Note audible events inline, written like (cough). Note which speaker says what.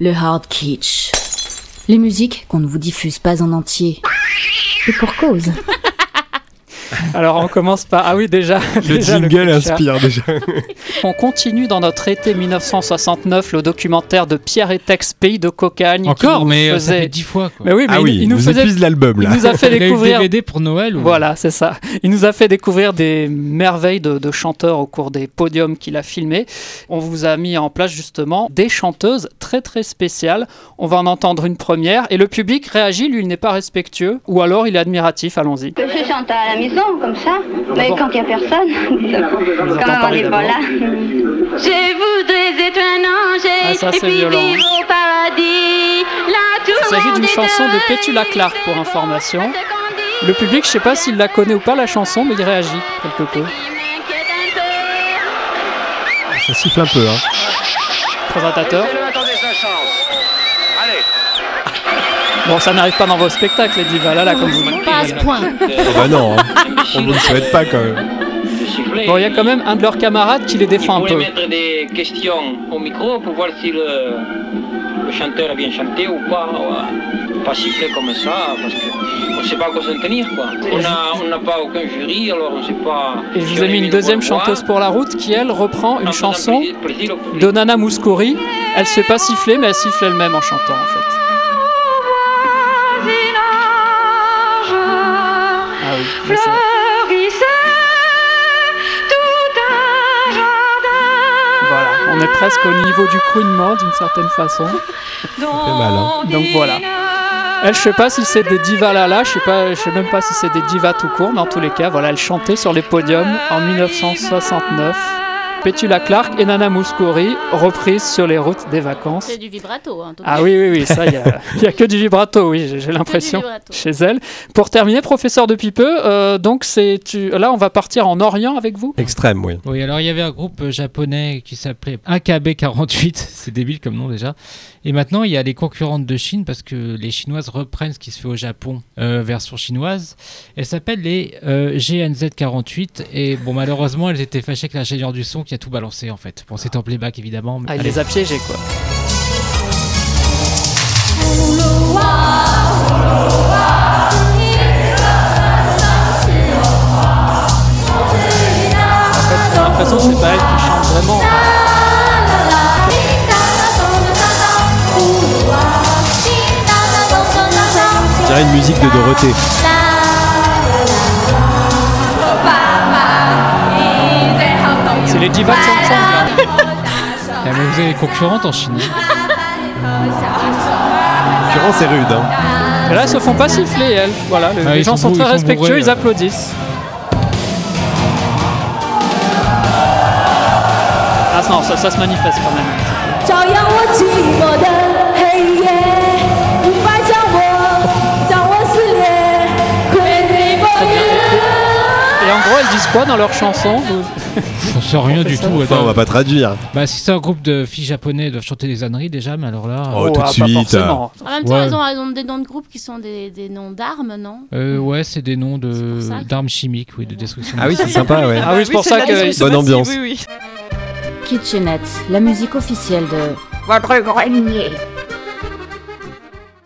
Speaker 1: le hard kitsch. Les musiques qu'on ne vous diffuse pas en entier. Et pour cause.
Speaker 2: Alors on commence par ah oui déjà
Speaker 3: Le
Speaker 2: (laughs) déjà,
Speaker 3: jingle
Speaker 2: Quechua.
Speaker 3: inspire déjà.
Speaker 2: On continue dans notre été 1969 le documentaire de Pierre et Tex Pays de Cocagne. qui
Speaker 4: Encore,
Speaker 2: nous
Speaker 4: mais euh, ça
Speaker 2: faisait-
Speaker 4: fait dix fois. Quoi.
Speaker 2: mais oui, mais
Speaker 3: Ah
Speaker 2: il,
Speaker 3: oui,
Speaker 2: il nous
Speaker 3: vous
Speaker 2: faisait,
Speaker 3: épuise l'album
Speaker 2: il
Speaker 3: là.
Speaker 2: nous
Speaker 4: (laughs)
Speaker 2: a fait
Speaker 4: Il a eu le
Speaker 2: découvrir.
Speaker 4: DVD pour Noël. ou-
Speaker 2: Voilà, c'est ça. Il nous a fait découvrir des merveilles de, de chanteurs au cours des podiums qu'il a filmés. On vous a mis en place justement des chanteuses très très spéciales. On va en entendre une première et le public réagit, lui il n'est pas respectueux ou alors il est admiratif, allons-y.
Speaker 5: Que je chante à la maison, comme ça, mais
Speaker 2: D'abord.
Speaker 5: quand il n'y a personne, (laughs)
Speaker 2: entend
Speaker 5: quand maman
Speaker 2: parler
Speaker 5: n'est pas là. Je voudrais être un ange
Speaker 2: Ah, ça,
Speaker 5: et
Speaker 2: c'est
Speaker 5: puis
Speaker 2: violent.
Speaker 5: vivre au paradis. Là, tout
Speaker 2: Il
Speaker 5: le
Speaker 2: s'agit
Speaker 5: monde
Speaker 2: d'une
Speaker 5: est
Speaker 2: chanson de
Speaker 5: heureux,
Speaker 2: Petula Clark
Speaker 5: c'est
Speaker 2: pour
Speaker 5: beau,
Speaker 2: information.
Speaker 5: c'est candide.
Speaker 2: Le public, je sais pas s'il la connaît ou pas la chanson, mais il réagit quelque peu.
Speaker 5: Il m'inquiète un peu.
Speaker 3: Ça siffle un peu. Hein.
Speaker 2: Présentateur.
Speaker 6: Laissez-le attendez sa chance. Allez.
Speaker 2: Bon, ça n'arrive pas dans vos spectacles, les divas, là, là, comme vous dites.
Speaker 1: Pas à ce point.
Speaker 3: Oh, bah non, hein. on ne le souhaite pas quand même.
Speaker 2: Bon, il y a quand même un de leurs camarades qui les défend un peu.
Speaker 7: mettre des questions au micro pour voir si le, le chanteur a bien chanté ou pas. ouais. Pas siffler comme ça, parce qu'on ne sait pas à quoi s'en tenir. Quoi. On n'a on n'a pas aucun jury, alors on ne sait pas.
Speaker 2: Et je
Speaker 7: si
Speaker 2: vous
Speaker 7: on
Speaker 2: ai
Speaker 7: est
Speaker 2: mis une
Speaker 7: venu
Speaker 2: deuxième
Speaker 7: voir,
Speaker 2: chanteuse pour la route qui, elle, reprend
Speaker 7: en faisant
Speaker 2: une chanson
Speaker 7: plaisir- plaisir au public.
Speaker 2: de Nana Mouskouri. Elle se fait pas siffler, mais elle siffle elle-même en chantant, en fait.
Speaker 5: Voisinage
Speaker 2: Ah oui, mais ça-
Speaker 5: fleurissait tout un jardin.
Speaker 2: Voilà, on est presque au niveau du couinement, d'une certaine façon.
Speaker 3: fait mal, hein.
Speaker 2: Donc voilà. Elle, je sais pas si c'est des divas là là, je sais pas, je sais même pas si c'est des divas tout court, mais en tous les cas, voilà, elle chantait sur les podiums en 1969. Petula Clark et Nana Mouskouri, reprise sur les routes des vacances.
Speaker 8: C'est du vibrato. Hein, en tout cas.
Speaker 2: Ah oui, oui, oui, ça, il
Speaker 8: (laughs)
Speaker 2: n'y a, il y a que du vibrato, oui, j'ai- j'ai
Speaker 8: Que du
Speaker 2: l'impression.
Speaker 8: vibrato.
Speaker 2: Chez elle. Pour terminer, professeur de Pipeux, euh, donc c'est tu... là on va partir en Orient avec vous.
Speaker 3: Extrême, oui.
Speaker 4: Oui, alors il y avait un groupe euh, japonais qui s'appelait AKB48, (laughs) c'est débile comme nom déjà. Et maintenant, il y a les concurrentes de Chine parce que les Chinoises reprennent ce qui se fait au Japon, euh, version chinoise. Elles s'appellent les euh, GNZ48 et bon, malheureusement, elles étaient fâchées avec l'ingénieur du son qui a tout balancé en fait. Bon, c'était en playback évidemment. Mais...
Speaker 2: Ah, il
Speaker 4: Allez.
Speaker 2: les a piégés quoi. En fait, j'ai l'impression que c'est pas elle qui chante vraiment.
Speaker 3: On dirait une musique de Dorothée.
Speaker 2: C'est les divas qui chantent là.
Speaker 4: Ah, mais vous avez les concurrentes en Chine. hein.
Speaker 2: (laughs)
Speaker 3: Concurrence c'est rude. Hein.
Speaker 2: Et là, elles se font pas siffler, elles. Voilà, le-
Speaker 4: Ah,
Speaker 2: les
Speaker 4: ils
Speaker 2: gens sont,
Speaker 4: sont
Speaker 2: très
Speaker 4: bourrés, ils sont
Speaker 2: respectueux,
Speaker 4: bourrés,
Speaker 2: ils
Speaker 4: ouais.
Speaker 2: applaudissent. Ah non, ça, ça se manifeste quand même. Et en gros, elles disent quoi dans leur chanson vous-
Speaker 4: On sait rien du tout.
Speaker 3: Enfin, on va pas traduire.
Speaker 4: Bah, si c'est un groupe de filles japonaises, elles doivent chanter des âneries déjà, mais alors là.
Speaker 3: Oh, tout de
Speaker 2: ah, pas
Speaker 3: suite,
Speaker 2: forcément.
Speaker 8: En même temps,
Speaker 4: Ouais.
Speaker 8: elles, ont, elles ont des noms de groupes qui sont des, des noms d'armes, non
Speaker 4: Euh, ouais, c'est des noms de-
Speaker 8: C'est pour ça.
Speaker 4: d'armes chimiques, oui, de destruction.
Speaker 3: Ah oui, c'est sympa, ouais.
Speaker 2: Ah oui, c'est pour ça que-
Speaker 3: Bonne ambiance.
Speaker 1: Kitchenette, la musique officielle de.
Speaker 9: Votre grenier